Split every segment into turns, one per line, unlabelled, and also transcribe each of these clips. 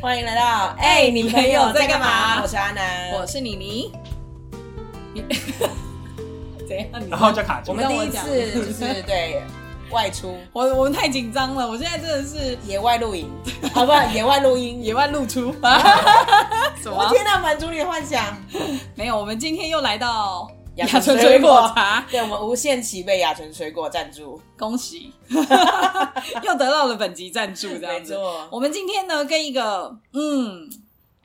欢迎来到哎、你朋友在干嘛？我是阿南，
我是妮妮。 你怎样？你
然后就卡
我
住。
们
你
第
跟我
一
讲
次 就是 对外出
我我们太紧张了，我现在真的 是
野外露营，好不好？野外露营，
野外露出。什
我
么？
天哪，满足你的幻想。
没有，我们今天又来到
雅
雅
纯
纯
水
水
果
果茶，
对我们无限期被雅纯水果赞助，
恭喜， 又得到了本集赞助，这样
没
子。
错，
我们今天呢，跟一个嗯，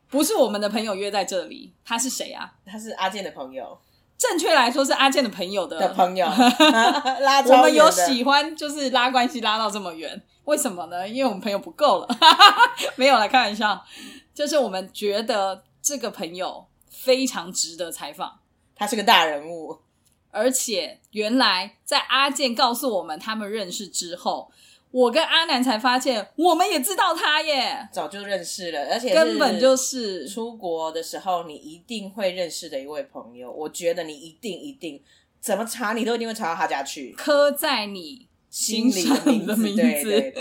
不是我们的朋友约在这里，他是谁啊？
他是阿健的朋友
正确来说是阿健的朋友的
的 朋友，拉
嗯我
超
们
远
有
的
喜欢，就是拉关系拉到这么远，为什么呢？因为我们朋友不够了， 没有来开玩笑，就是我们觉得这个朋友非常值得采访，
他是个大人物，
而且原来在阿健告诉我们他们认识之后，我跟阿南才发现我们也知道他耶，
早就认识了，而且是
根本就是
出国的时候，你一定会认识的一位朋友，我觉得你一定一定怎么查你都一定会查到他家去，
刻在你
心里
上
名
的
字，
名
对
字
对对，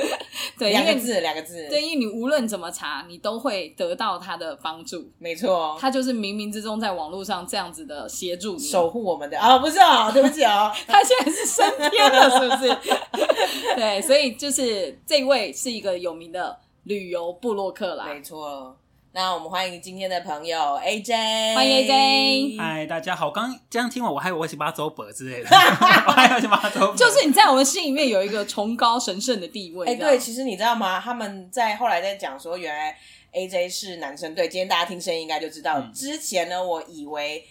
对，因
两个
为
字两个字，
对，因为你无论怎么查，你都会得到他的帮助。
没错，哦
他就是冥冥之中在网络上这样子的协助你，
守护我们的啊，不是哦，对不起 哦，
他现在是升天了，是不是？ 对，所以就是这位是一个有名的旅游部落客啦。
没错。哦那我们欢迎今天的朋友 AJ，
欢迎
嗯
AJ
嗨，哎大家好，刚刚这样听完，我还以为我是八周伯 之类的，我还以为是八周伯，
就是你在我们心里面有一个崇高神圣的地位。
哎、
这样
对，其实你知道吗？他们在后来在讲说，原来 AJ 是男生队。今天大家听声音应该就知道，
嗯
之前呢，我以为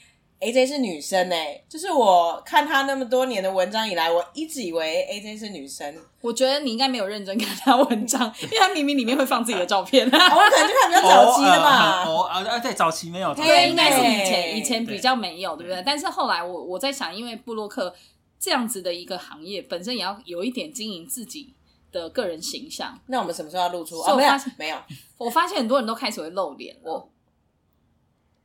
AJ 是女生呢、就是我看他那么多年的文章以来，我一直以为 AJ 是女生，
我觉得你应该没有认真看他文章，因为他明明里面会放自己的照片。
啊我可能就看比较早期
哦
的
呃
吧。
偶尔很偶尔啊，对，早期没有，早
对
期
对，
没
应
有
该是以
对
前以前比较没有，对不对？但是后来我我在想，因为布洛克这样子的一个行业，本身也要有一点经营自己的个人形象。
那我们什么时候要露出？
是
哦，
我
没有
发现，
没有。
我发现很多人都开始会露脸
哦
了。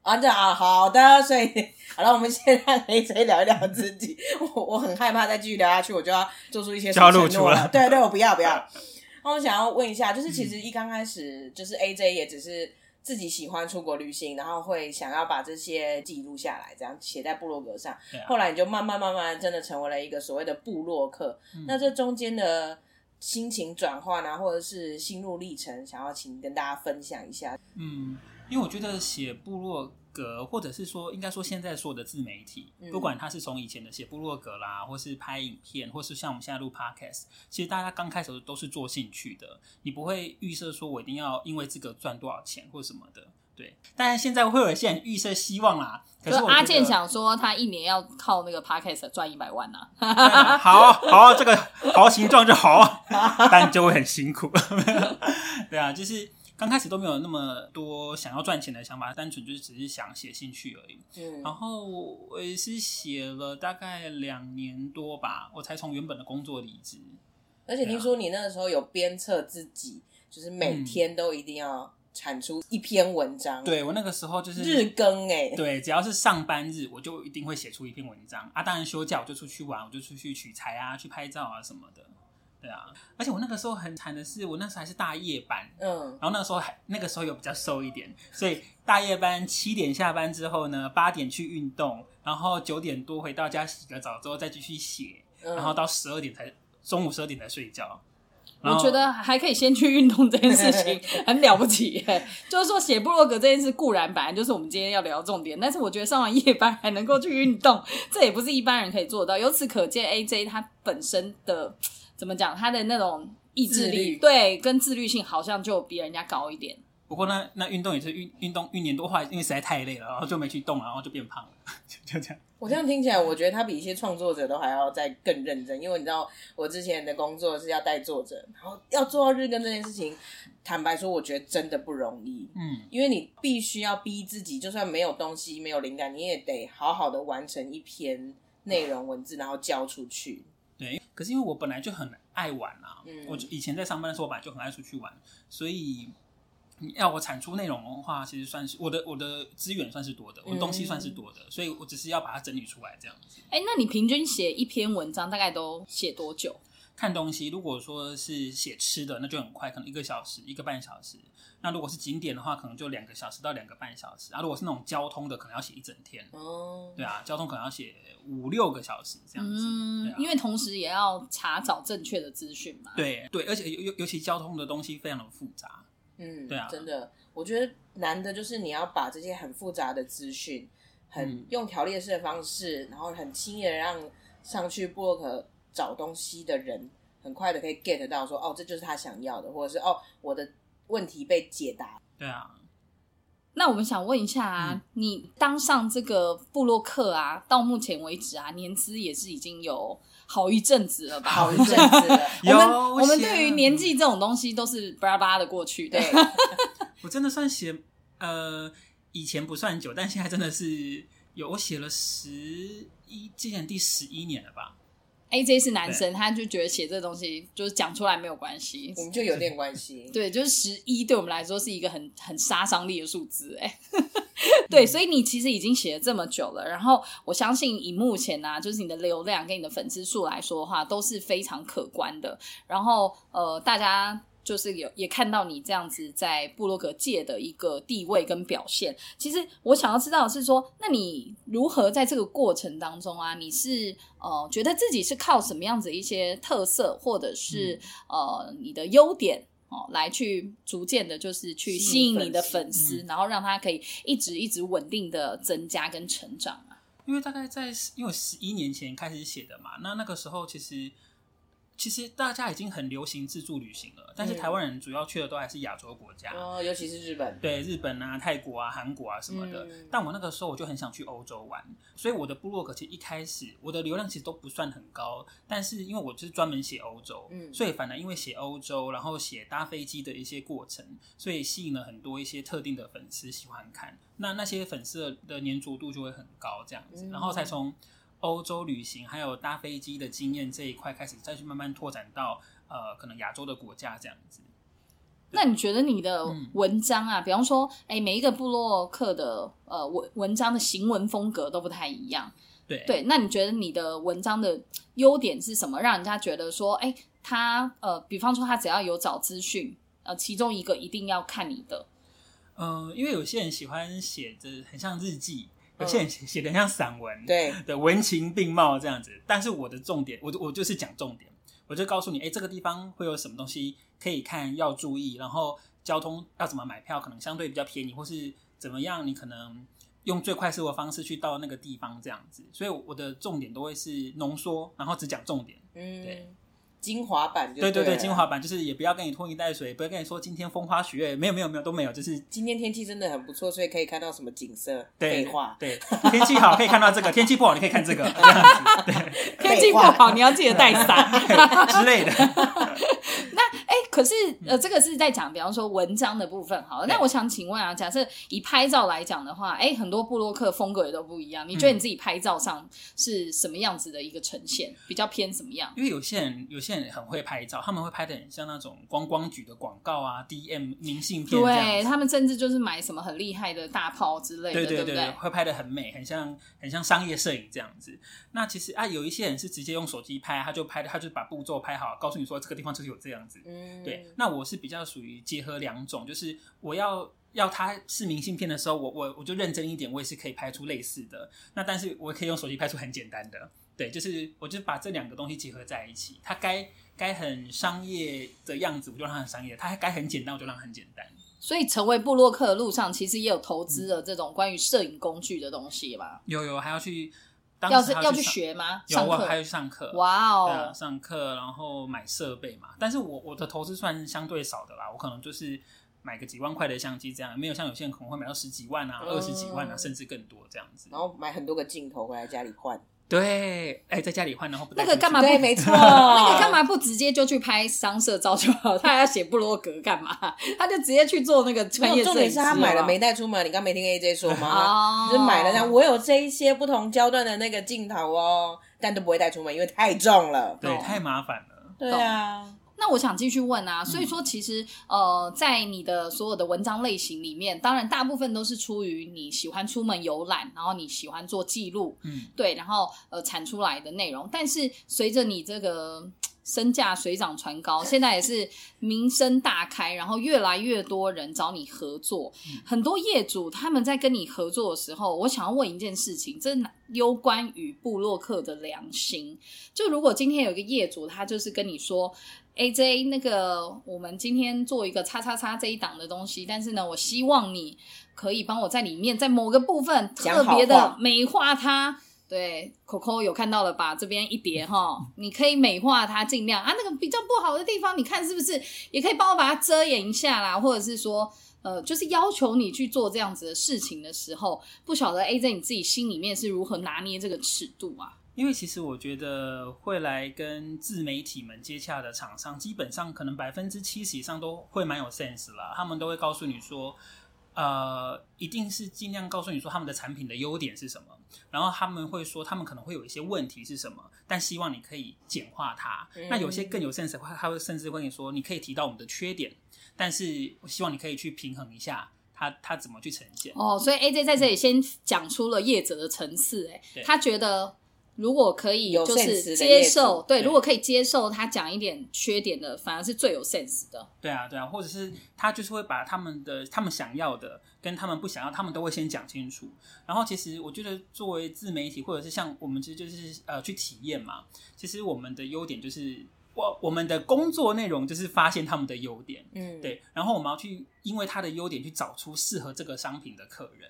啊，这啊，好的，所以 好了，我们现在可以再聊一聊自己。 我我很害怕再继续聊下去，我就要做出一些什
就要
么
露
承诺
出
了。
了
对对，我不要不 要。那我想要问一下，就是其实一刚开始，就是 AJ 也只是自己喜欢出国旅行，然后会想要把这些记录下来，这样写在部落格上。
对啊
后来你就慢慢慢慢真的成为了一个所谓的部落客。
嗯
那这中间的心情转换啊，或者是心路历程，想要请跟大家分享一下。
嗯，因为我觉得写部落格，或者是说，应该说现在所有的自媒体，
嗯
不管它是从以前的写部落格啦，或是拍影片，或是像我们现在录 podcast，其实大家刚开始都是做兴趣的，你不会预设说我一定要因为这个赚多少钱或什么的。对，当然现在会有一些人预设希望啦，可
就是
我
阿
觉
健
得
想说，他一年要靠那个 podcast 赚一百万呐、啊。
好好，这个好形状就好，但就会很辛苦。 对啊，就是刚开始都没有那么多想要赚钱的想法，单纯就是只是想写兴趣而已。
嗯，
然后我也是写了大概两年多吧，我才从原本的工作离职。
而
啊
且听说你那个时候有鞭策自己，就是每天都一定要产出一篇文章，，
对我那个时候就是
日更哎、
对，只要是上班日，我就一定会写出一篇文章啊。当然休假我就出去玩，我就出去取材啊，去拍照啊什么的。对啊，而且我那个时候很惨的是，我那时候还是大夜班，
嗯，
然后那时候还那个时候有比较瘦一点，所以大夜班七点下班之后呢，八点去运动，然后九点多回到家洗个澡之后再继续写，
嗯
然后到十二点才中午十二点才睡觉。然
我
后
觉得还可以先去运动这件事情 很了不起耶。就是说写部落格这件事固然本来就是我们今天要聊的重点，但是我觉得上完夜班还能够去运动， 这也不是一般人可以做到。由此可见，AJ 他本身的怎么讲，他的那种意志
自
力
律
对跟自律性好像就比人家高一点。
不过那那运动也是运运动一年多，后来因为实在太累了，然后就没去动了，然后就变胖了， 就就这样。
我这样听起来，我觉得他比一些创作者都还要再更认真，因为你知道我之前的工作是要带作者，然后要做到日更这件事情，坦白说，我觉得真的不容易。
嗯，
因为你必须要逼自己，就算没有东西、没有灵感，你也得好好的完成一篇内容文字，然后交出去。
对。可是因为我本来就很爱玩啊，
嗯
我就以前在上班的时候，我本来就很爱出去玩，所以你要我产出内容的话，其实算是我的我的资源算是多的，我的东西算是多的，所以我只是要把它整理出来这样子。
哎，那你平均写一篇文章大概都写多久？
看东西，如果说是写吃的，那就很快，可能一个小时、一个半小时。那如果是景点的话，可能就两个小时到两个半小时。啊，如果是那种交通的，可能要写一整天。
哦，
对啊，交通可能要写五六个小时这样子。对
嗯
啊，
因为同时也要查找正确的资讯嘛。
对对，而且尤尤尤其交通的东西非常的复杂。
嗯，
对啊
真的，我觉得难的就是你要把这些很复杂的资讯，很
嗯
用条列式的方式，然后很轻易的让上去布洛克找东西的人，很快的可以 get 到说，哦，这就是他想要的，或者是哦，我的问题被解答。
对啊，
那我们想问一下啊，
嗯
你当上这个布洛克啊，到目前为止啊，年资也是已经有好一阵子了吧？
好一阵子了，
我们
有
我们
写
对于年纪这种东西都是巴拉巴拉的过去的
对，，
我真的算写，呃，以前不算久，但现在真的是有我写了十一，今年第十一年了吧？
AJ 是男生，他就觉得写这东西就是讲出来没有关系
我。们就有点关系。
对，就是十一对我们来说是一个很很杀伤力的数字，哎， 对，所以你其实已经写了这么久了，然后我相信以目前啊，就是你的流量跟你的粉丝数来说的话，都是非常可观的。然后呃，大家就是有也看到你这样子在布洛格界的一个地位跟表现。其实我想要知道的是说，那你如何在这个过程当中啊，你是呃觉得自己是靠什么样子一些特色，或者是、呃你的优点？哦，来去逐渐的，就是去吸
吸引
引你的
粉丝
粉丝，
嗯
然后让他可以一直一直稳定的增加跟成长啊。
因为大概在因为我十一年前开始写的嘛，那那个时候其实其实大家已经很流行自助旅行了，但是
嗯
台湾人主要去的都还是亚洲国家。
哦，尤其是日本，
对日本啊、泰国啊、韩国啊什么的。
嗯
但我那个时候我就很想去欧洲玩，所以我的部落格其实一开始我的流量其实都不算很高，但是因为我就是专门写欧洲，
嗯
所以反而因为写欧洲，然后写搭飞机的一些过程，所以吸引了很多一些特定的粉丝喜欢看，那那些粉丝的粘着度就会很高，这样子，
嗯
然后才从。欧洲旅行还有搭飞机的经验这一块开始，再去慢慢拓展到呃，可能亚洲的国家这样子。
那你觉得你的
嗯
文章啊，比方说，哎，每一个部落客的呃文文章的行文风格都不太一样，
对
对，那你觉得你的文章的优点是什么，让人家觉得说，哎，他呃，比方说他只要有找资讯，呃，其中一个一定要看你的，
嗯，因为有些人喜欢写的很像日记，有些人写写的像散文，
嗯对，
的文情并茂这样子。但是我的重点，我就我就是讲重点，我就告诉你，哎、这个地方会有什么东西可以看，要注意，然后交通要怎么买票，可能相对比较便宜，或是怎么样，你可能用最快速的方式去到那个地方这样子。所以我的重点都会是浓缩，然后只讲重点。对
嗯，精华版就
对对
对啊
对，
了
精华。版就是也不要跟你拖泥带水，不要跟你说今天风花雪月，没有没有没有都没有，就是
今天天气真的很不错，所以可以看到什么景色？
对
废话，
对，天气好可以看到这个，天气不好你可以看这个， 这样子
天气不
废话
好，你要记得 带伞。
对之类的。
哎，可是呃，这个是在讲，比方说文章的部分好了。
嗯对
那我想请问啊，假设以拍照来讲的话，哎，很多布洛克风格也都不一样。你觉得你自己拍照上是什么样子的一个呈现？比较偏什么样？
因为有些人有些人很会拍照，他们会拍的很像那种观光局的广告啊、DM 明信片这
对
样子。
他们甚至就是买什么很厉害的大炮之类的，
对对
不
对，会拍的很美，很像很像商业摄影这样子。那其实啊，有一些人是直接用手机拍，他就拍，他就把步骤拍好，告诉你说这个地方就是有这样子。
嗯，
对，那我是比较属于结合两种，就是我要要它是明信片的时候，我我我就认真一点，我也是可以拍出类似的。那但是我可以用手机拍出很简单的，对，就是我就把这两个东西结合在一起，它该该很商业的样子，我就让它很商业；它该很简单，我就让它很简单。
所以成为布洛克的路上，其实也有投资的这种关于摄影工具的东西吧？
有有，还要去，当
要
时
是
还
要去
去上，
学吗？
有啊
上
我
课？
还要去上课。
哇
对啊，
哦！
上课然后买设备嘛。但是我我的投资算是相对少的啦，我可能就是买个几万块的相机这样，没有像有些人可能会买到十几万啊、
哦
二十几万啊，甚至更多这样子
然。
哦
后买很多个镜头回来家里换。
对，哎，在家里换，然后不带
那个
出去
干嘛
对，
不
没错。
那
那
个干？嘛不直接就去拍商社照就好？他还要写布洛格干嘛？他就直接去做那个
没
专业
有，
摄
重
影
点
师
是他买
好不
了
好
没带出门。你刚没听 AJ 说吗？
哦，
就是买了这样，我有这一些不同焦段的那个镜头哦，但都不会带出门，因为太重了。
对，
懂啊
太麻烦了。
对啊，
那我想继续问
嗯
啊，所以说其实、呃，在你的所有的文章类型里面，当然大部分都是出于你喜欢出门游览，然后你喜欢做记录，
嗯，
对，然后呃产出来的内容。但是随着你这个身价水涨船高，现在也是名声大开，然后越来越多人找你合作。很多业主他们在跟你合作的时候，我想要问一件事情，这攸关于布洛克的良心。就如果今天有一个业主，他就是跟你说。A J，那个我们今天做一个叉叉叉这一档的东西，但是呢，我希望你可以帮我在里面在某个部分特
讲好
别的
话
美化它。对，Coco 有看到了吧？这边一叠哈，你可以美化它，尽量啊。那个比较不好的地方，你看是不是也可以帮我把它遮掩一下啦？或者是说，呃，就是要求你去做这样子的事情的时候，不晓得 A J 你自己心里面是如何拿捏这个尺度啊？
因为其实我觉得会来跟自媒体们接洽的厂商，基本上可能百分之七十以上都会蛮有 sense 啦，他们都会告诉你说，呃，一定是尽量告诉你说他们的产品的优点是什么，然后他们会说他们可能会有一些问题是什么，但希望你可以简化它。
嗯
那有些更有 sense，的话他会甚至会跟你说，你可以提到我们的缺点，但是我希望你可以去平衡一下它它怎么去呈现。
哦，所以 AJ 在这里先讲出了业者的层次、欸，
嗯对
他觉得如果可以
有
就
sense
是
的
接
业主
受，对，
对
如果可以接受他讲一点缺点的，反而是最有 sense 的。
对啊，对啊，或者是他就是会把他们的他们想要的跟他们不想要，他们都会先讲清楚。然后其实我觉得，作为自媒体或者是像我们其实就是呃去体验嘛，其实我们的优点就是我我们的工作内容就是发现他们的优点，
嗯，，
对，然后我们要去因为它的优点去找出适合这个商品的客人，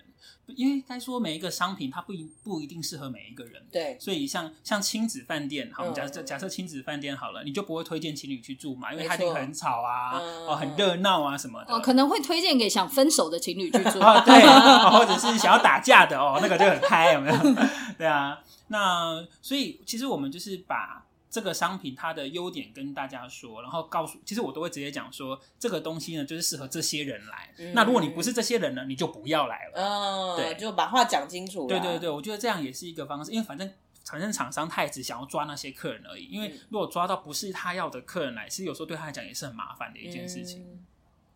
因为该说每一个商品它不一不一定适合每一个人，
对，
所以像像亲子饭店，好，我们假设
嗯
假设亲子饭店好了，你就不会推荐情侣去住嘛，因为它一
没错
定很吵啊，
嗯
哦，很热闹啊什么的。
哦，可能会推荐给想分手的情侣去 住。
哦，
嗯
对，哦或者是想要打架的哦，那个就很嗨，有没有？ 对啊，那所以其实我们就是把这个商品它的优点跟大家说，然后告诉，其实我都会直接讲说，这个东西呢就是适合这些人来。
嗯
那如果你不是这些人呢，你就不要来了。
嗯，
对
就把话讲清楚啦。
对对对，我觉得这样也是一个方式，因为反正反正厂商他也只想要抓那些客人而已，因为
嗯
如果抓到不是他要的客人来，其实有时候对他来讲也是很麻烦的一件事情。嗯
嗯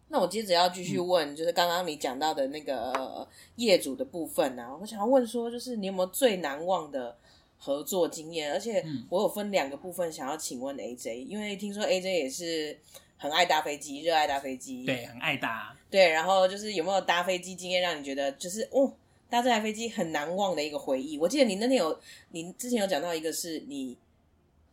那我接着要继续问，就是刚刚你讲到的那个呃业主的部分啊，我想要问说，就是你有没有最难忘的合作经验？而且
嗯
我有分两个部分想要请问 AJ，因为听说 AJ 也是很爱搭飞机，热爱搭飞机，
对，很爱搭。
对，然后就是有没有搭飞机经验让你觉得就是哦，搭这台飞机很难忘的一个回忆？我记得你那天有，你之前有讲到一个是你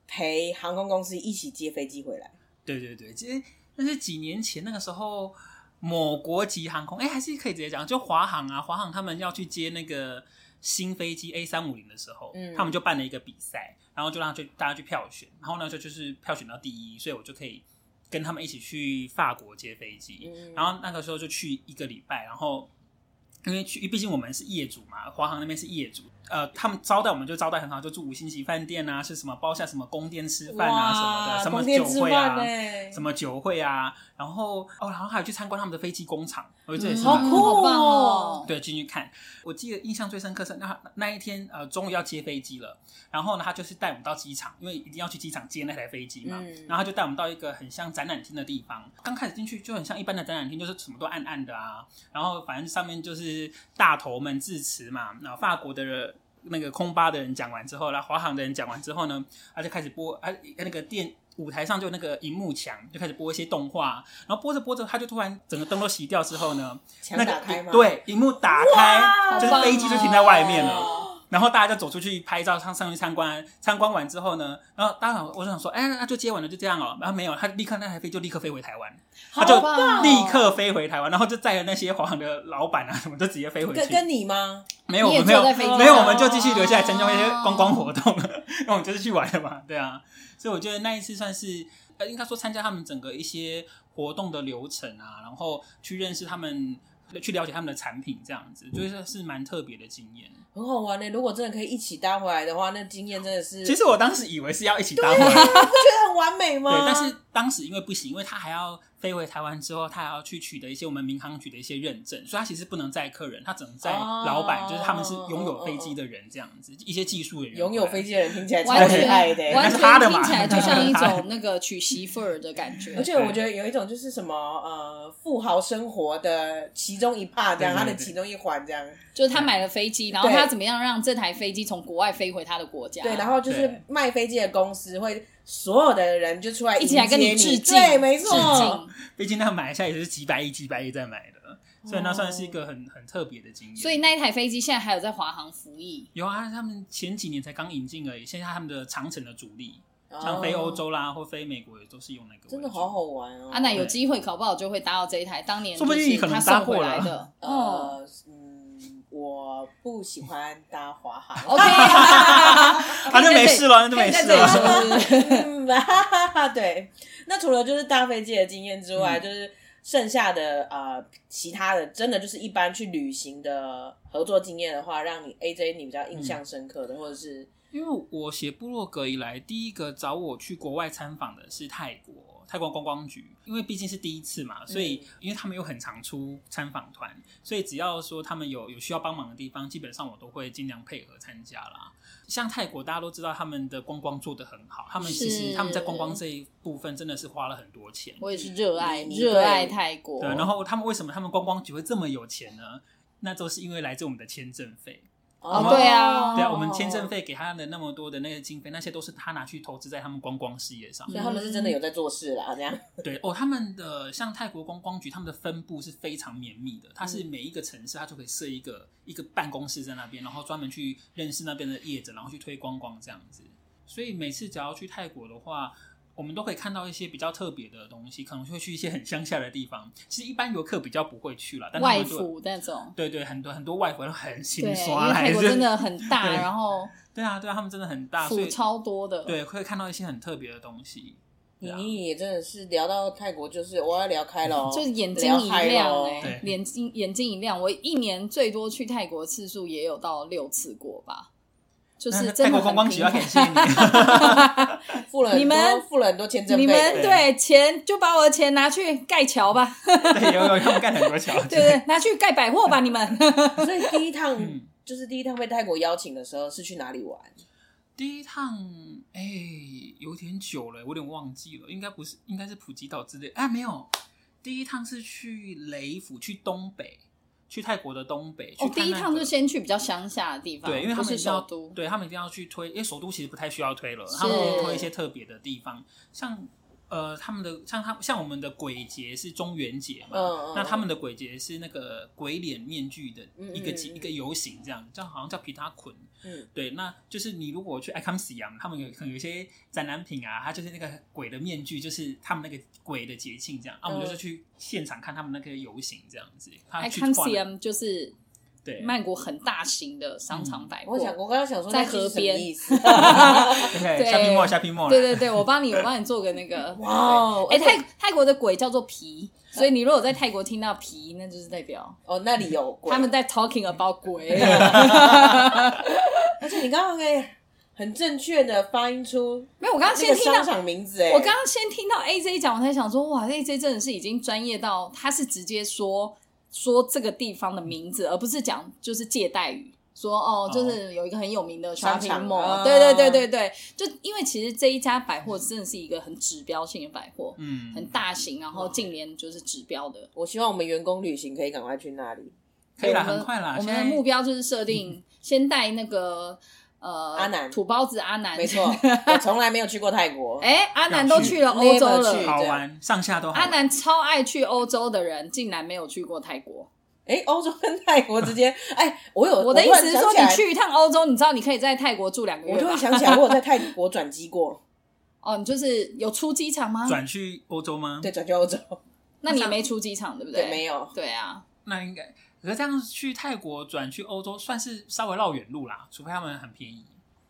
陪航空公司一起接飞机回来，
对对对，其实那是几年前那个时候，某国籍航空，哎，还是可以直接讲，就华航啊，华航他们要去接那个新飞机 A 三五零的时候，
嗯
他们就办了一个比赛，然后就让去大家去票选，然后呢就就是票选到第一，所以我就可以跟他们一起去法国接飞机，
嗯
然后那个时候就去一个礼拜，然后因为去，毕竟我们是业主嘛，华航那边是业主，呃，他们招待我们就招待很好，就住五星级饭店啊，是什么包下什么宫殿吃饭啊什么的，
哇
什么
宫殿
酒
吃
会啊
饭，欸呢
什么酒会啊，然后哦，然后还有去参观他们的飞机工厂，我觉得这也是
好
蛮
酷哦
好棒哦！
对，进去看。我记得印象最深刻是那那一天，呃，终于要接飞机了。然后呢，他就是带我们到机场，因为一定要去机场接那台飞机嘛。
嗯
然后他就带我们到一个很像展览厅的地方。刚开始进去就很像一般的展览厅，就是什么都暗暗的啊。然后反正上面就是大头们致辞嘛。然后法国的那个空巴的人讲完之后，然后华航的人讲完之后呢，他就开始播，啊，那个电。舞台上就有那个荧幕墙，就开始播一些动画，然后播着播着，他就突然整个灯都熄掉之后呢，
墙打开吗？
那个对，荧幕打开，就是
好棒
飞机就停在外面了。
哦
然后大家就走出去拍照，上上去参观。参观完之后呢，然后当然我就想说，哎，那就接完了，就这样哦。然后没有，他立刻那台飞就立刻飞回台湾，他就
好棒哦
立刻飞回台湾，然后就载了那些华航的老板啊什么，就直接飞回
跟
去。
跟你吗？
没有，
你
我
也
们没有
坐在飞机，上
没有，我们就继续留下来参加一些观光活动， 因为我们就是去玩的嘛，对啊。所以我觉得那一次算是，呃，应该说参加他们整个一些活动的流程啊，然后去认识他们，去了解他们的产品，这样子，就是是蛮特别的经验。
很好玩呢、欸如果真的可以一起搭回来的话，那经验真的是，
其
实
实我当时以为是要一起搭回来，对，
不觉得很完美吗？
但是当时因为不行，因为他还要飞回台湾之后，他还要去取得一些我们民航局的一些认证，所以他其实不能载客人，他只能载老板，
哦
就是他们是拥有飞机的人这样子，一些技术人员
拥有飞机的人听起来超
完
厉害
全
的、欸
完
那是他
全
的
听
嘛
起来就像一种那个娶媳妇儿的感 觉
而。且我觉得有一种就是什么呃富豪生活的其中一 part 这样，
对对
它的
对啊
其中一环这样，
就是他买了飞机，然后
对
他怎么样让这台飞机从国外飞回他的国家？
对，然后就是
对
卖飞机的公司会所有的人就出来
一起来跟
迎
你
接你
致敬
对，没
致
错，
敬。
毕竟那买下也是几百亿、几百亿在买的，所以那算是一个很很特别的经验。
所以
哦
那一台飞机现在还有在华航服役，
有啊，他们前几年才刚引进而已，现在他们的长城的主力，像
哦
飞欧，洲啦或飞美国也都是用那个。
真的好。好玩哦。
阿奶啊有
对
机会搞不好就会搭到这一台，当年
说不定
就是
可能
他
搭
送回
过
来
了
的。哦
呃，嗯，我不喜欢搭华 航。
哦 ，OK，
啊，
哎
那没事了，那就没事了。
嗯哈哈哈对，那除了就是搭飞机的经验之外，
嗯
就是剩下的呃其他的，真的就是一般去旅行的合作经验的话，让你 AJ 你比较印
嗯
象深刻的，或者是
因为我写部落格以来，第一个找我去国外参访的是泰国，泰国观光局，因为毕竟是第一次嘛，所以、
嗯
因为他们又很常出参访团，所以只要说他们有有需要帮忙的地方，基本上我都会尽量配合参加啦。像泰国，大家都知道他们的观光做得很好，他们其实
是
他们在观光这一部分真的是花了很多钱。
我也是热爱
你
热爱泰国
对，，啊然后他们为什么他们观光局会这么有钱呢？那都是因为来自我们的签证费。
哦对啊
对啊，
哦
我们签证，费给他的那么多的那个经费，那些都是他拿去投资在他们观光事业上
哦
嗯
所。以他们是真的有在做事啦，这样。
对哦，他们的像泰国观光局，他们的分布是非常绵密的，它是每一个城市，它就可以设一个一个办公室在那边，然后专门去认识那边的业者，然后去推观光这样子。所以每次只要去泰国的话，我们都可以看到一些比较特别的东西，可能会去一些很乡下的地方。其实一般游客比较不会去了，但他
外
们就
服那种，
对对，很多很多外国人很
对，因
心酸，啊
为泰国
还是
真的很大，
对
然后
对啊，对啊，他们真的很大，所
府
以
超多的，
对，会看到一些很特别的东西。
嗯
对啊
你也真的是聊到泰国，就是我要聊开了哦，
就是眼睛一
聊开了
亮
哦
哎、
对
眼睛眼睛一亮。我一年最多去泰国次数也有到六次过吧，就是
那
真的
泰国
很
观光局
频
要
繁
感谢你，
付了很多
你们
付了很多签证费，
你们
对
对钱就把我的钱拿去盖桥 吧，
对，有有他们干很多桥，
对不对？拿去盖百货吧，你们。
啊所以第一趟
嗯
就是第一趟被泰国邀请的时候是去哪里玩？
第一趟哎、有点久了，我有点忘记了，应该不是，应该是普吉岛之类。哎，没有，第一趟是去雷府，去东北，去泰国的东北。去
哦，
看
第一
那
趟
个
就先去比较乡下的地方，
对，因为他
不是
们一定要
首都，
对他们一定要去推，因为首都其实不太需要推了，
是
他们会推一些特别的地方，像呃他们的像他像我们的鬼节是中元节
哦
嘛，
嗯嗯
那他们的鬼节是那个鬼脸面具的一个
嗯嗯
集
嗯
一个游行这样，这样好像叫皮塔捆，
嗯，
对，那就是你如果去 i c o m s i a m 他们有可能有一些展览品啊，它就是那个鬼的面具，就是他们那个鬼的节庆这样，啊，我们就是去现场看他们那个游行这样子，
嗯
他
i
去
c o n
逛
c
那
m 就是
对，
曼谷很大型的商场百货。
我想我刚刚想说
在
那是
河
什么
边
意 思？哦
对，
对
下屏幕下屏幕，
对对对，我帮你，我帮你做个那 个。
哇哦，
哎、
而且
泰泰国的鬼叫做皮，所以你如果在泰国听到皮，那就是代表
哦那里有鬼
他们，在 talking about 鬼。
而且你刚刚可以很正确的发音出
没有，我刚刚
那
先
个
听
商
到，
场名字哎，
我刚刚先听到 AJ 讲，我才想说，哇，AJ 真的是已经专业到他是直接说说这个地方的名字，而不是讲就是借贷语。说哦，就是有一个很有名的
商
shopping
场
mall，
啊
对对对对对，就因为其实这一家百货真的是一个很指标性的百货，
嗯，
很大型，然后近年就是指标的。
我希望我们员工旅行可以赶快去那里。
可以啦，
我们
很快
啊
啦。
我们
现
的
在
目标就是设定先带那个呃
阿南
土包子阿南，
没错，我从来没有去过泰国，
哎，阿南都去了欧洲
要去
了，
好玩，上下
哦
都好
阿
玩。
南超爱去欧洲的人，竟然没有去过泰国。
哎，欧洲跟泰国之间，哎，我有
我的意
突然
思是
想
说，
起来
你，去一趟欧洲，你知道你可以在泰国住两个
我
月
突
吧
然？想起来，我有在泰国转机过，
哦，你就是有出机场吗？
转去欧洲吗？
对，转去欧洲，
那你也没出机场，对不
对，没
有。
有，
对啊，
那应该。可是这样去泰国转去欧洲，算是稍微绕远路啦，除非他们很便宜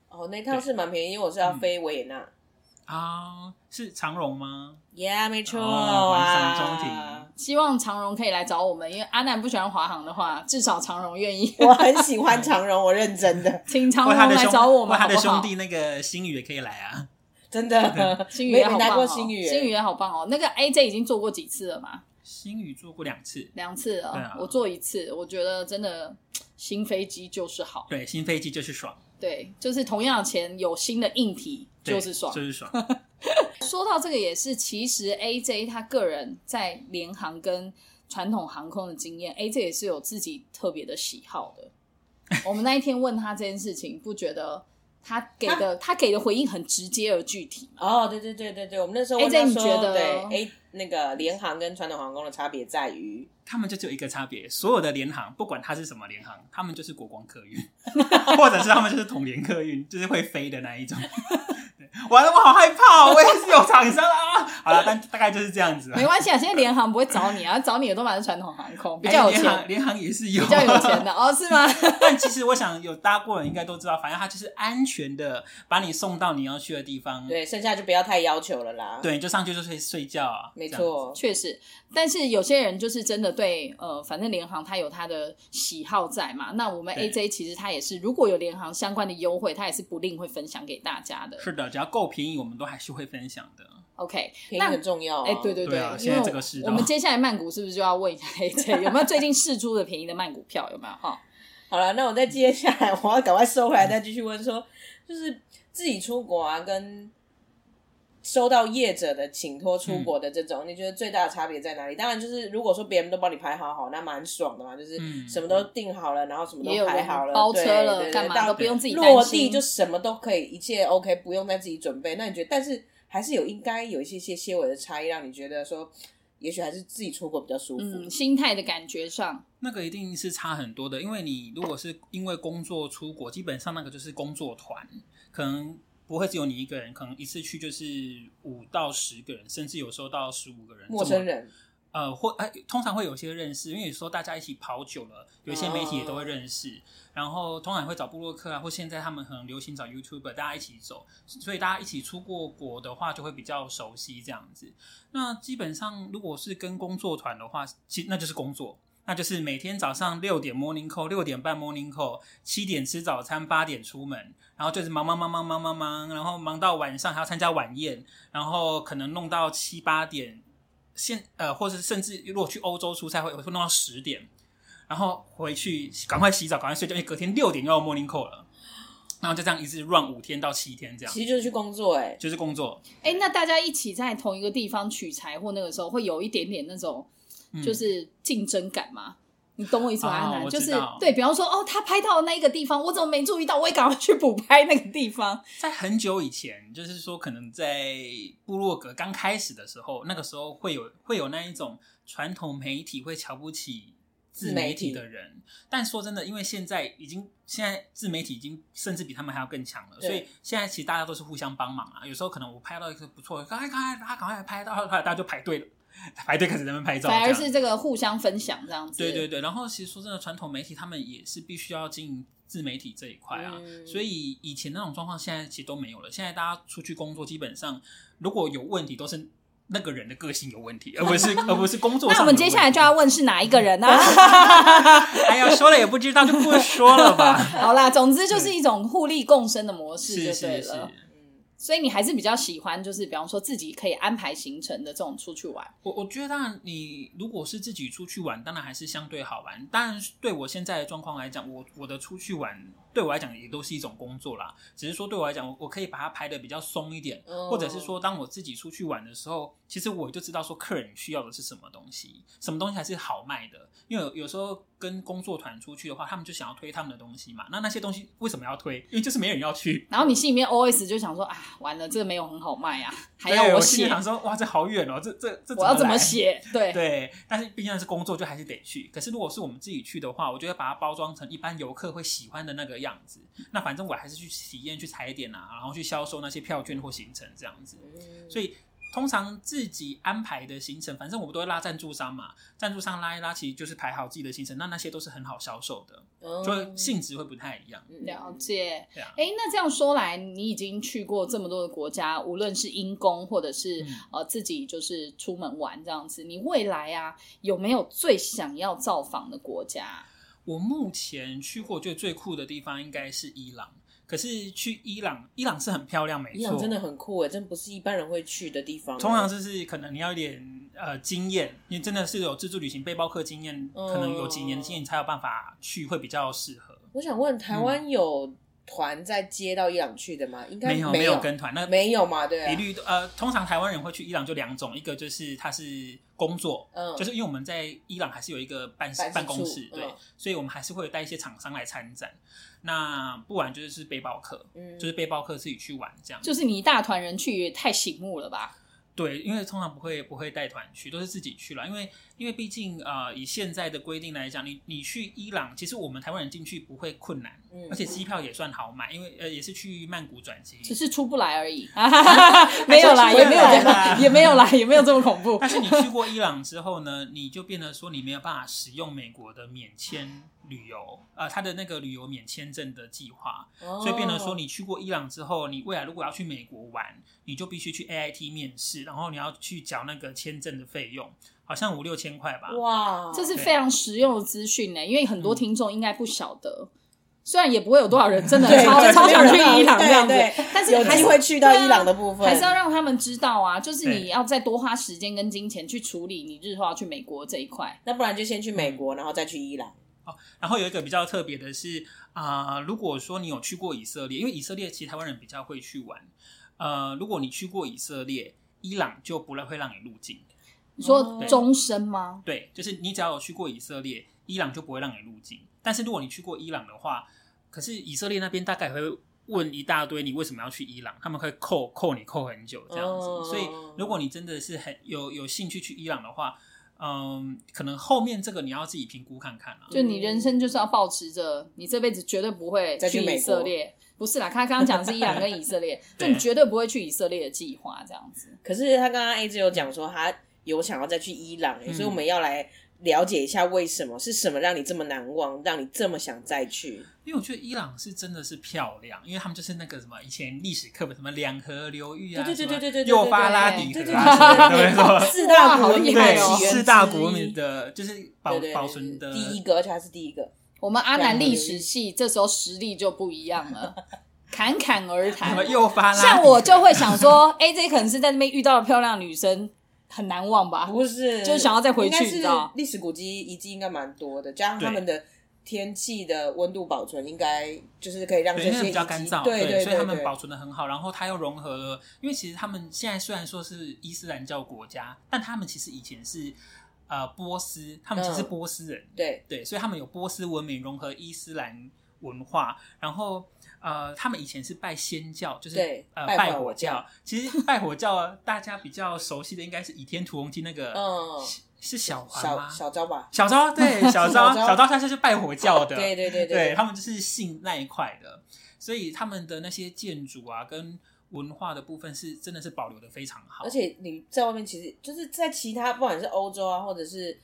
哦，那趟是蛮便宜，因为我是
嗯
要飞维也纳。
啊。是长荣吗？
Yeah，没错
哦环山中
啊
庭。
希望长荣可以来找我们，因为阿南不喜欢华航的话，至少长荣愿意
我很喜欢长荣，我认真 的，
请长
或
荣
他的
来
兄，
找我
或
们，
他
好
的
不
兄
好？
弟那个星宇也可以来啊。
真的。
星宇
没
也
有
好
拿
棒
过
哦，
星宇
星宇也好棒哦。那个 AJ 已经做过几次了嘛？
星宇做过两次，
两次了，
对啊
我做一次，我觉得真的新飞机就是好，
对，新飞机就是爽，
对，就是同样的钱有新的硬体
对
就是爽。
就是爽。
说到这个也是，其实 AJ 他个人在联航跟传统航空的经验，AJ 也是 有自己特别的喜好的。我们那一天问他这件事情，不觉得他给的他给的回应很直接而具 体。
哦，对对对对对，我们那时候
A
问他
J，你哎
说
觉得
对 A 那个联航跟传统航空的差别在于，
他们就只有一个差别，所有的联航不管它是什么联航，他们就是国光 客运，或者是他们就是统联客运， 就是会飞的那一种。 对完了，我好害怕哦，我也是有厂商啊。好了，但大概就是这样子啦。
没关系啊，现在联航不会找你啊，找你的都买是传统航空，比
哎
较有
联航，
钱，
联航也是有，
比较有钱的哦，是吗？
但其实我想有搭过的人应该都知道，反正它就是安全的把你送到你要去的地方。
对，剩下就不要太要求了啦。，
嗯对，你就上去就睡睡觉啊。
没
这样子。
错，
确实，但是有些人就是真的对呃，反正联航它有它的喜好在嘛。那我们
对
AJ 其实它也是，如果有联航相关的优惠，它也是不吝会分享给大家的。
是的，只要够便宜，我们都还是会分享的。
OK，
便宜
那
很重要、啊。
哎、对对
对啊
因
现在
为
这个世道
我们接下来曼谷是不是就要 问一下 AJ 有没有最近试出的便宜的曼谷票有没有哈？
好了，那我再接下来，我要赶快收回来，再继续问说，就是自己出国啊，跟收到业者的请托出
嗯
国的这种，你觉得最大的差别在哪里？当然就是如果说别人都帮你排好好，那蛮爽的嘛，就是
嗯
什么都定好了，然后什么
也
都
有
排
人
好了，
包车
对
了，
对
干
对
嘛
到
都不用自己担心
落地就什么都可以，一切 OK，不用再自己准备。那你觉得，但是还是有应该有一些些些微的差异，让你觉得说，也许还是自己出国比较舒服。
嗯，心态的感觉上，
那个一定是差很多的，因为你如果是因为工作出国，基本上那个就是工作团，可能不会只有你一个人，可能一次去就是五到十个人，甚至有时候到十五个人。
陌生，人，
呃，或呃，通常会有些认识，因为有时候大家一起跑久了，有一些媒体也都会认识，然后通常会找布洛克啊，或现在他们很流行找 YouTuber，大家一起走，所以大家一起出过国的话，就会比较熟悉这样子。那基本上如果是跟工作团的话，其那就是工作。那就是每天早上六点 morning call，六点半 morning call，七点吃早餐，八点出门，然后就是忙忙忙忙忙忙忙，然后忙到晚上还要参加晚宴，然后可能弄到七八点，现呃，或者是甚至如果去欧洲出差会会弄到十点，然后回去赶快洗澡，赶快睡觉，因为隔天六点又要 morning call 了，然后就这样一直 run 五天到七天这样，
其实就是去工作、哎。
就是工作，
哎、那大家一起在同一个地方取材或那个时候，会有一点点那种
嗯
就是竞争感嘛。你懂我意思吗，
啊
安南？
我
就
知
是
道
对，比方说，哦，他拍到的那一个地方，我怎么没注意到？我也赶快去补拍那个地方。
在很久以前，就是说可能在部落格刚开始的时候，那个时候会有会有那一种传统媒体会瞧不起自媒体的人，但说真的，因为现在已经现在自媒体已经甚至比他们还要更强了，
对
所以现在其实大家都是互相帮忙啊。有时候可能我拍到一个不错的，赶快赶快大家赶快拍到，后来大家就排队了，排队开始在那边拍照，
反
这
而
样
是这个互相分享这样子。
对对对，然后其实说真的，传统媒体他们也是必须要经营自媒体这一块啊，
嗯
所以以前那种状况现在其实都没有了。现在大家出去工作，基本上如果有问题，都是那个人的个性有问题，而 不是而不是工作上
那
有
我
问
们
题。
接下来就要问是哪一个人呢、啊？
哎呀，说了也不知道，就不说了 吧。
好啦，总之就是一种互利共生的模式
是
就对
是
了。
是，
嗯
所以你还是比较喜欢，就是比方说自己可以安排行程的这种出去玩。
我我觉得当然，你如果是自己出去玩，当然还是相对好玩。当然，对我现在的状况来讲，我我的出去玩对我来讲也都是一种工作啦。只是说对我来讲，我我可以把它排的比较松一点，
哦
或者是说，当我自己出去玩的时候，其实我就知道说客人需要的是什么东西，什么东西还是好卖的。因为有有时候跟工作团出去的话，他们就想要推他们的东西嘛。那那些东西为什么要推？因为就是没人要去。
然后你心里面 OS 就想说啊，完了，这个没有很好卖啊，还
对
要
我心
写
里，想说，哇，这好远哦，这这这
我要怎么
来
写？对，
对，但是毕竟是工作，就还是得去。可是如果是我们自己去的话，我就会把它包装成一般游客会喜欢的那个样子。那反正我还是去体验、去踩点啊，然后去销售那些票券或行程这样子。
哦
所以通常自己安排的行程，反正我们都会拉赞助商嘛，赞助商拉一拉，其实就是排好自己的行程，那那些都是很好销售的，
哦
所以性质会不太一样。
嗯
了解。
对啊，
哎，那这样说来，你已经去过这么多的国家，无论是因公或者是、
嗯
呃自己就是出门玩这样子，你未来啊有没有最想要造访的国家？
我目前去过觉得最酷的地方应该是伊朗。可是去伊朗，伊朗是很漂亮，没错，
伊朗真的很酷哎，真不是一般人会去的地方。
通常就是可能你要有点呃经验，你真的是有自助旅行背包客经验，
嗯
可能有几年的经验，你才有办法去，会比较适合。
我想问，台湾有团再接到伊朗去的吗？应该
没有
没
有跟团，那
没有嘛，对、啊，
一律都呃，通常台湾人会去伊朗就两种，一个就是他是工作，
嗯
就是因为我们在伊朗还是有一个办
办事处
办公室，对，
嗯
所以我们还是会有带一些厂商来参展。那不然就是背包客，
嗯
就是背包客自己去玩这样。
就是你一大团人去也太醒目了吧？
对，因为通常不会不会带团去，都是自己去了。因为因为毕竟呃，以现在的规定来讲，你你去伊朗，其实我们台湾人进去不会困难，
嗯
而且机票也算好买，因为呃也是去曼谷转机。
只是出不来而已， 没有啦，
还是出不
也没有这
来哦
啦
样， 也没有啦，也没有这么恐怖
但。是 你去过伊朗之后呢， 你就变得说你没有办法使用美国的免签旅游，呃，它的那个旅游免签证的计划，
哦
所以变得说
你
你去过伊朗之后，你未来如果要去美国玩，你就必须去 AIT 面试，然后你要去缴那个签证的费用，好像五六千块吧。
哇，
这是
对
非常实用的资讯呢，因为
嗯
很多听众应该不晓得，虽然也不会有多少人真的
对
超
对
超想去
没有人
伊朗这样子
对对，
但是
有
还
机
是
会去到伊朗
对啊
的部分，
还是要让他们知道啊，就是
对
你要再多花时间跟金钱去处理你日后要去美国这一块。
那不然就先去美国，然后再去伊朗。
然后有一个比较特别的是啊、如果说你有去过以色列，因为以色列其实台湾人比较会去玩，呃，如果你去过以色列，伊朗就不会让你入境。
你
哦
说
对
终身吗？
对，就是你只要有去过以色列，伊朗就不会让你入境。但是如果你去过伊朗的话，可是以色列那边大概会问一大堆你为什么要去伊朗，他们会扣扣你扣很久这样子。
哦
所以如果你真的是很有有兴趣去伊朗的话，嗯，可能后面这个你要自己评估看看啊。
就你人生就是要保持着，你这辈子绝对不会
再去
以
美国
色列。不是啦，他刚刚讲的是伊朗跟以色列，就
对
你绝对不会去以色列的计划这样子。
可是他刚刚 A 只有讲说他有想要再去伊朗、欸
嗯
所以我们要来了解一下为什么是什么让你这么难忘，让你这么想再去。
因为我觉得伊朗是真的是漂亮，因为他们就是那个什么以前历史课本什么两河流域啊，
对对对对对对对
什么幼发拉底
对
河
对
啊，
对
对
对
没错
对， 四大古文明
哇好
的
厉害哦
起源之
四
一
大国民的，就是保
对对对
保存的
第一个，而且还是第一个。
我们阿南历史系这时候实力就不一样了，侃侃而
什
谈
么。
哎
幼发拉底
像我就会想说，A 哎 J 可能是在那边遇到了漂亮女生，很难忘吧？
不是，
就是想要再回去
应该是
你知道
历史古迹遗迹应该蛮多的，加上
对
他们的天气的温度保存，应该就是可以让这
对，因
些
为比较
遗迹
干燥，
对对，
所以他们
对
保存的很好。然后它又融合了，因为其实他们现在虽然说是伊斯兰教国家，但他们其实以前是呃波斯，他们其实是
嗯
波斯人，
对
对，所以他们有波斯文明融合伊斯兰文化，然后呃，他们以前是拜仙教，就是
对
呃
拜
拜
火
火
教
教。其实拜火教大家比较熟悉的应该是《倚天屠龙记》那个，
嗯
是是小环
小
吗？
小招吧，
小昭对小 昭，
昭
小昭他就是拜火教的，
对对对
对
对，
他们就是信那一块的，所以他们的那些建筑啊跟文化的部分是真的是保留的非常好，
而且你在外面其实就是在其他不管是欧洲啊，或者是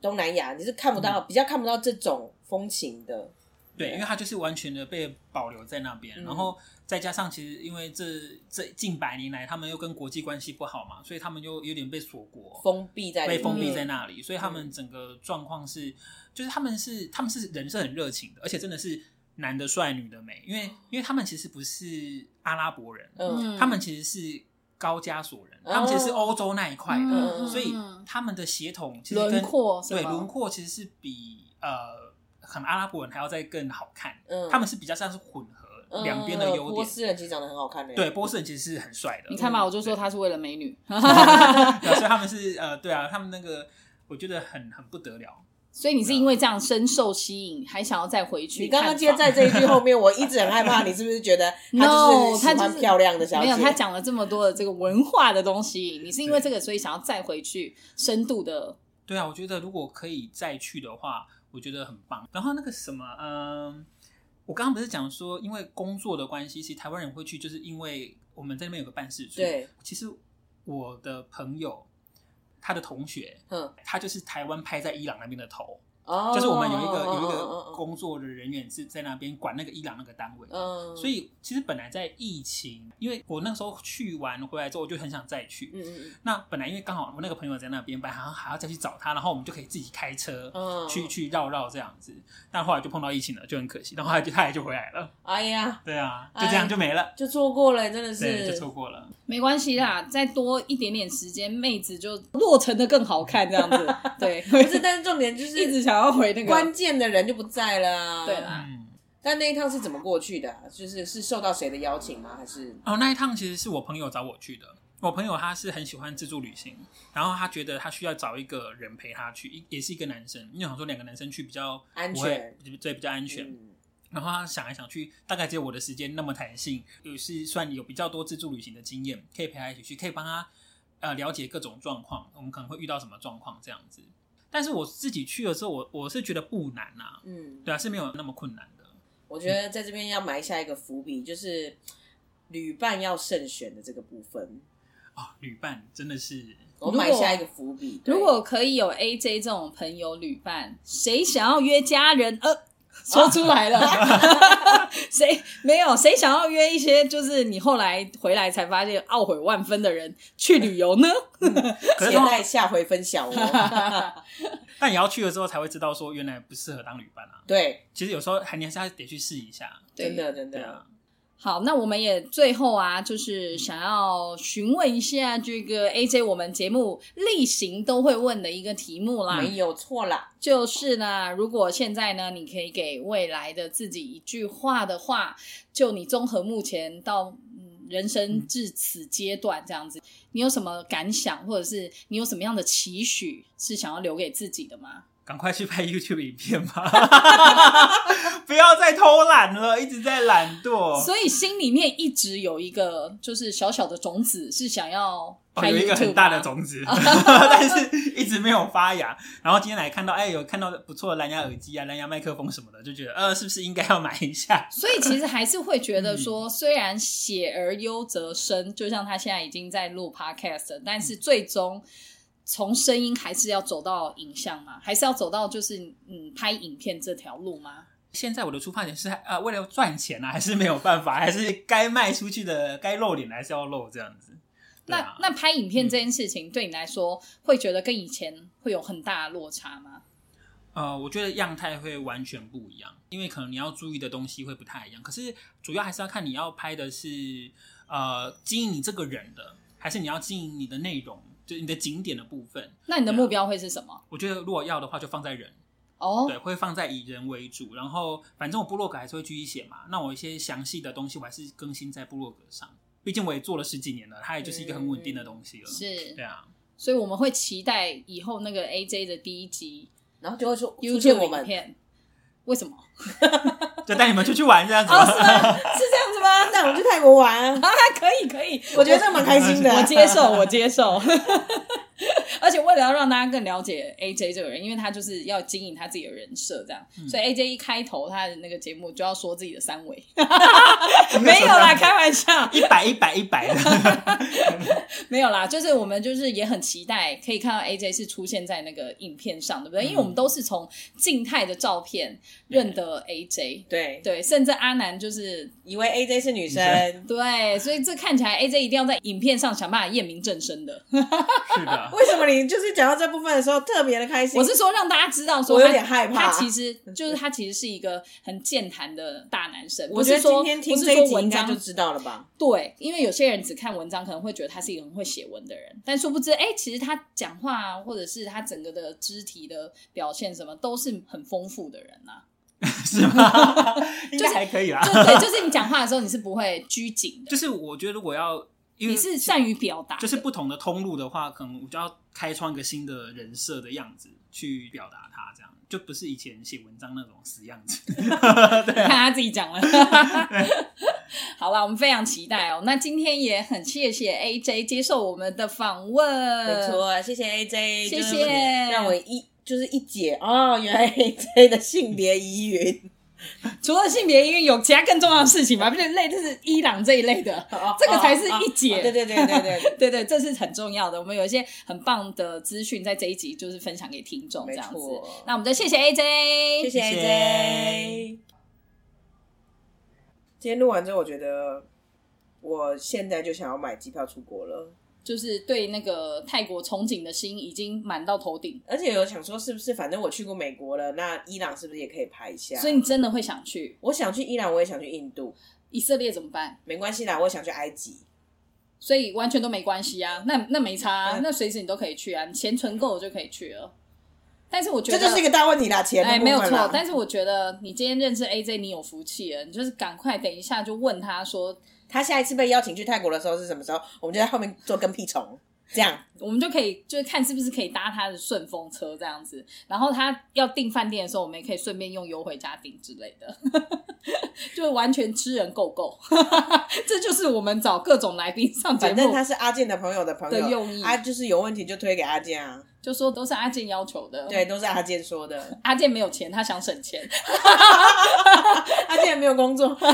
东南亚，你是看不到、比较看不到这种风情的。
嗯对，因为它就是完全的被保留在那边，
嗯
然后再加上其实因为这这近百年来他们又跟国际关系不好嘛，所以他们又有点被锁国，
封闭在里
被
面
封闭
嗯
在那里，所以他们整个状况是，就是他们是他们是人是很热情的，而且真的是男的帅女的美，因为因为他们其实不是阿拉伯人，
嗯
他们其实是高加索人，
哦
他们其实是欧洲那一块的，
嗯
所以他们的血统其实跟
轮廓是
对
吗
轮廓其实是比呃可能阿拉伯人还要再更好看，
嗯
他们是比较像是混合
嗯
两边的优
波
点。
斯人其实长得很好看的、
对，波斯人其实是很帅的，
你看嘛，我就说
对
他是为了美女，
对所以他们是呃，对啊，他们那个我觉得很很不得了。
所以你是因为这样深受吸引，还想要再回去
啊你
探
刚
访？
刚接在这一句后面，我一直很害 怕，你是不是觉得他
No，
就是喜
他就
欢
是
漂亮的小
没
姐？
有，他讲了这么多的这个文化的东西，你是因为这个所以想要再回去深度的
对啊，我觉得如果可以再去的话，我觉得很棒。然后那个什么，嗯，我刚刚不是讲说，因为工作的关系，其实台湾人会去，就是因为我们在那边有个办事处。
对，
其实我的朋友，他的同学，
嗯，
他就是台湾派在伊朗那边的头，
哦，
就是我们有一个有一
嗯
个
嗯嗯
工作的人员是在那边管那个伊朗那个单位的。
嗯，
所以其实本来在疫情，因为我那时候去完回来之后，我就很想再去。
嗯嗯
那本来因为刚好我那个朋友在那边，本来好像还要再去找他，然后我们就可以自己开车、
嗯，
去，去绕绕这样子。但后来就碰到疫情了，就很可惜。然后他就他也就回来了，
哎呀，
对啊，就这样
哎
就没了，
就错过了，真的
对，
是
就错过了。
没关系啦，再多一点点时间，妹子就落成的更好看这 样子。对，
不是，但是重点就
一直
是
想要回那个
关键的人就不在了啊，
对啦
嗯，
但那一趟是怎么过去的啊、就是是受到谁的邀请吗？还是
哦，那一趟其实是我朋友找我去的。我朋友他是很喜欢自助旅行，然后他觉得他需要找一个人陪他去，一也是一个男生，因为想说两个男生去比较
安
不会
全？，
对，比较安全。
嗯
然后他想来想去，大概只有我的时间那么弹性，也是算有比较多自助旅行的经验，可以陪他一起去，可以帮他呃了解各种状况，我们可能会遇到什么状况这样子。但是我自己去的时候，我我是觉得不难啊，
嗯，
对啊，是没有那么困难的。
我觉得在这边要埋下一个伏笔，就是旅伴要慎选的这个部分，
啊、旅伴真的 是
我埋下一个伏笔。对
如果 可以有 AJ 这种朋友旅伴，谁想要约家人？呃，说出来了，谁没有？谁想要约一些就是你后来回来才发现懊悔万分的人去旅游呢？
可是
且
通常
待下回分享哦。
但也要去了之后才会知道说原来不适合当旅伴啊。
对，
其实有时候还你还是要得去试一下。
真的真
对
的，
啊，
好，那我们也最后啊，就是想要询问一下这个 AJ，我们节目例行都会问的一个题目啦，
没有哎错啦。
就是呢，如果现在呢，你可以给未来的自己一句话的话，就你综合目前到嗯人生至此阶段这样子，你有什么感想，或者是你有什么样的期许是想要留给自己的吗？
赶快去拍 YouTube 影片吧， 不要再偷懒了，一直在懒惰。
所以心里面一直有一个就是小小的种子，是想要
哦，
拍 YouTube 吗、
有一个很大的种子， 但是一直没有发芽。然后今天来看到，哎，有看到不错的蓝牙耳机啊、蓝牙麦克风什么的，就觉得呃，是不是应该要买一下？
所以其实还是会觉
嗯
得说，虽然写而优则生，就像他现在已经在录 podcast，了但是最终从声音还是要走到影像嘛，还是要走到就是嗯拍影片这条路吗？
现在我的出发点是呃，为了赚钱啊，还是没有办法，还是该卖出去的，该露脸的还是要露这样子。对
那、
啊、
那拍影片这件事情对你来说，会觉得跟以前会有很大的落差吗？
呃，我觉得样态会完全不一样，因为可能你要注意的东西会不太一样。可是主要还是要看你要拍的是呃经营你这个人的，还是你要经营你的内容，就是你的景点的部分。
那你的
对啊
目标会是什么？
我觉得如果要的话，就放在人，
哦
对，啊会放在以人为主。然后反正我部落格还是会继续写嘛，那我一些详细的东西我还是更新在部落格上，毕竟我也做了十几年了，它也就是一个很稳定的东西了。
是
对，啊，
所以我们会期待以后那个 AJ 的第一集
然后就会说出现
YouTube
我
影
们，
片，为什么？
就带你们出去玩这样子。
哦，是吗？是这样子吗？
带我们去泰国玩啊，
啊，可以可以，
我觉得这蛮开心的。
我接受，我接受。 而且为了要让大家更了解 AJ 这个人，因为他就是要经营他自己的人设，这样，
嗯
所以 AJ 一开头他的那个节目就要说自己的三 围， 没有啦，开玩笑，
一百一百一百的，
没有啦，就是我们就是也很期待可以看到 AJ 是出现在那个影片上，对不
嗯
对？因为我们都是从静态的照片认得 AJ，
对，
对，甚至阿南就是
以为 AJ 是女
女
生，
对，所以这看起来 AJ 一定要在影片上想办法验明正身的。
是的。
为什么你就是讲到这部分的时候特别的开心？
我是说让大家知道说
我
他，
有点害怕嗯
他其实就是他其实是一个很健谈的大男生。
我
不
觉得
是
今
说
天听
不
这
是
一
说
集
文
应该就
章
知道了吧？
对，因为有些人只看文章可能会觉得他是一个很会写文的人，但殊不知，哎、其实他讲话啊，或者是他整个的肢体的表现什么，都是很丰富的人 呐、
是 吗？应该还可以啦。
就对，就是你讲话的时候你是不会拘谨 的，
就是我觉得如果要，因为
你是善于表达的，
就是不同的通路的话，可能我就要开创一个新的人设的样子去表达它，这样就不是以前写文章那种死样子。
看他自己 讲了。 好了，我们非常期待哦。那今天也很谢谢 AJ 接受我们的访问，
没，错，谢谢 AJ，
呃谢
就是
谢
让我一就是一解哦，原来 AJ 的性别疑云，
除了性别，因为有其他更重要的 事情嘛，不是类似伊朗这一类的， 这个才是一解。
哦对对对对对，
对对，这是很重要的。我们有一些很棒的资讯在这一集就是分享给听众这
没
样子
错。
那我们就谢谢 AJ，
谢谢
谢谢
AJ。今天录完之后，我觉得我现在就想要买机票出国了，
就是对那个泰国憧憬的心已经满到头顶，
而且有想说是不是，反正我去过美国了，那伊朗是不是也可以拍一下？
所以你真的会想去
我想去伊朗，我也想去印度，
以色列怎么办？
没关系啦，我也想去埃及。
所以完全都没关系啊，那那没差、啊，
嗯
那随时你都可以去啊，你钱存够了就可以去了。但是我觉
这
得
就是一个大问题啦，钱的
哎，
部
没
分
有
啦
错，但是我觉得你今天认识 AJ，你有福气了，你就是赶快等一下就问他说，
他下一次被邀请去泰国的时候是什么时候？我们就在后面做跟屁虫，这样
我们就可以就是看是不是可以搭他的顺风车这样子，然后他要订饭店的时候，我们也可以顺便用优惠价订之类的， 就完全吃人够够， 这就是我们找各种来宾上节
反正
目
他是阿健的朋友的朋
的
友，
用意，
啊，就是有问题就推给阿健啊，
就说都是阿健要求的，
对，，都是阿健说的，
阿健没有钱，他想省钱，
阿健没有工作，
好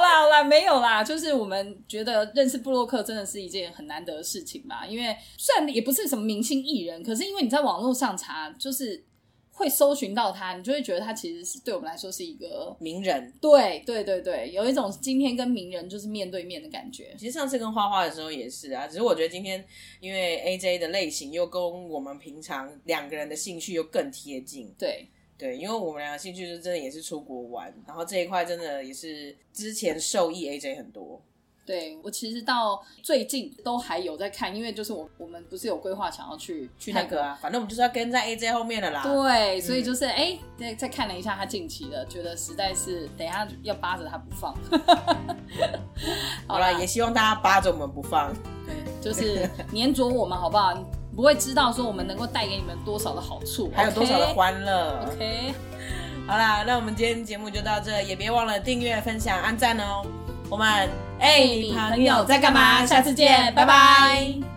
啦好啦，没有啦，就是我们觉得认识布洛克真的是一件很难得的事情吧，因为虽然也不是什么明星艺人，可是因为你在网络上查，就是会搜寻到他，你就会觉得他其实是对我们来说是一个。
名人。
对对对对，有一种今天跟名人就是面对面的感觉。
其实上次跟花花的时候也是啊，只是我觉得今天因为 AJ 的类型又跟我们平常两个人的兴趣又更贴近，
对，
对，因为我们两个兴趣就真的也是出国玩，然后这一块真的也是之前受益 AJ 很多，
对我其实到最近都还有在看，因为就是我我们不是有规划想要去去那
泰
个
哥啊，反正我们就是要跟在 AJ 后面的啦。
对，所以就是哎，再、再看了一下他近期的，觉得实在是等一下要扒着他不放。
好了，也希望大家扒着我们不放。
对， 就是粘着我们好不好？你不会知道说我们能够带给你们多少的好处，
还有多少的欢乐
o k
好啦，那我们今天节目就到这，也别忘了订阅、分享、按赞哦。我们哎、
你
朋
朋
友
友
在
在
干
干
嘛？
嘛？
下
下
次
次
见，
见，
拜拜
拜拜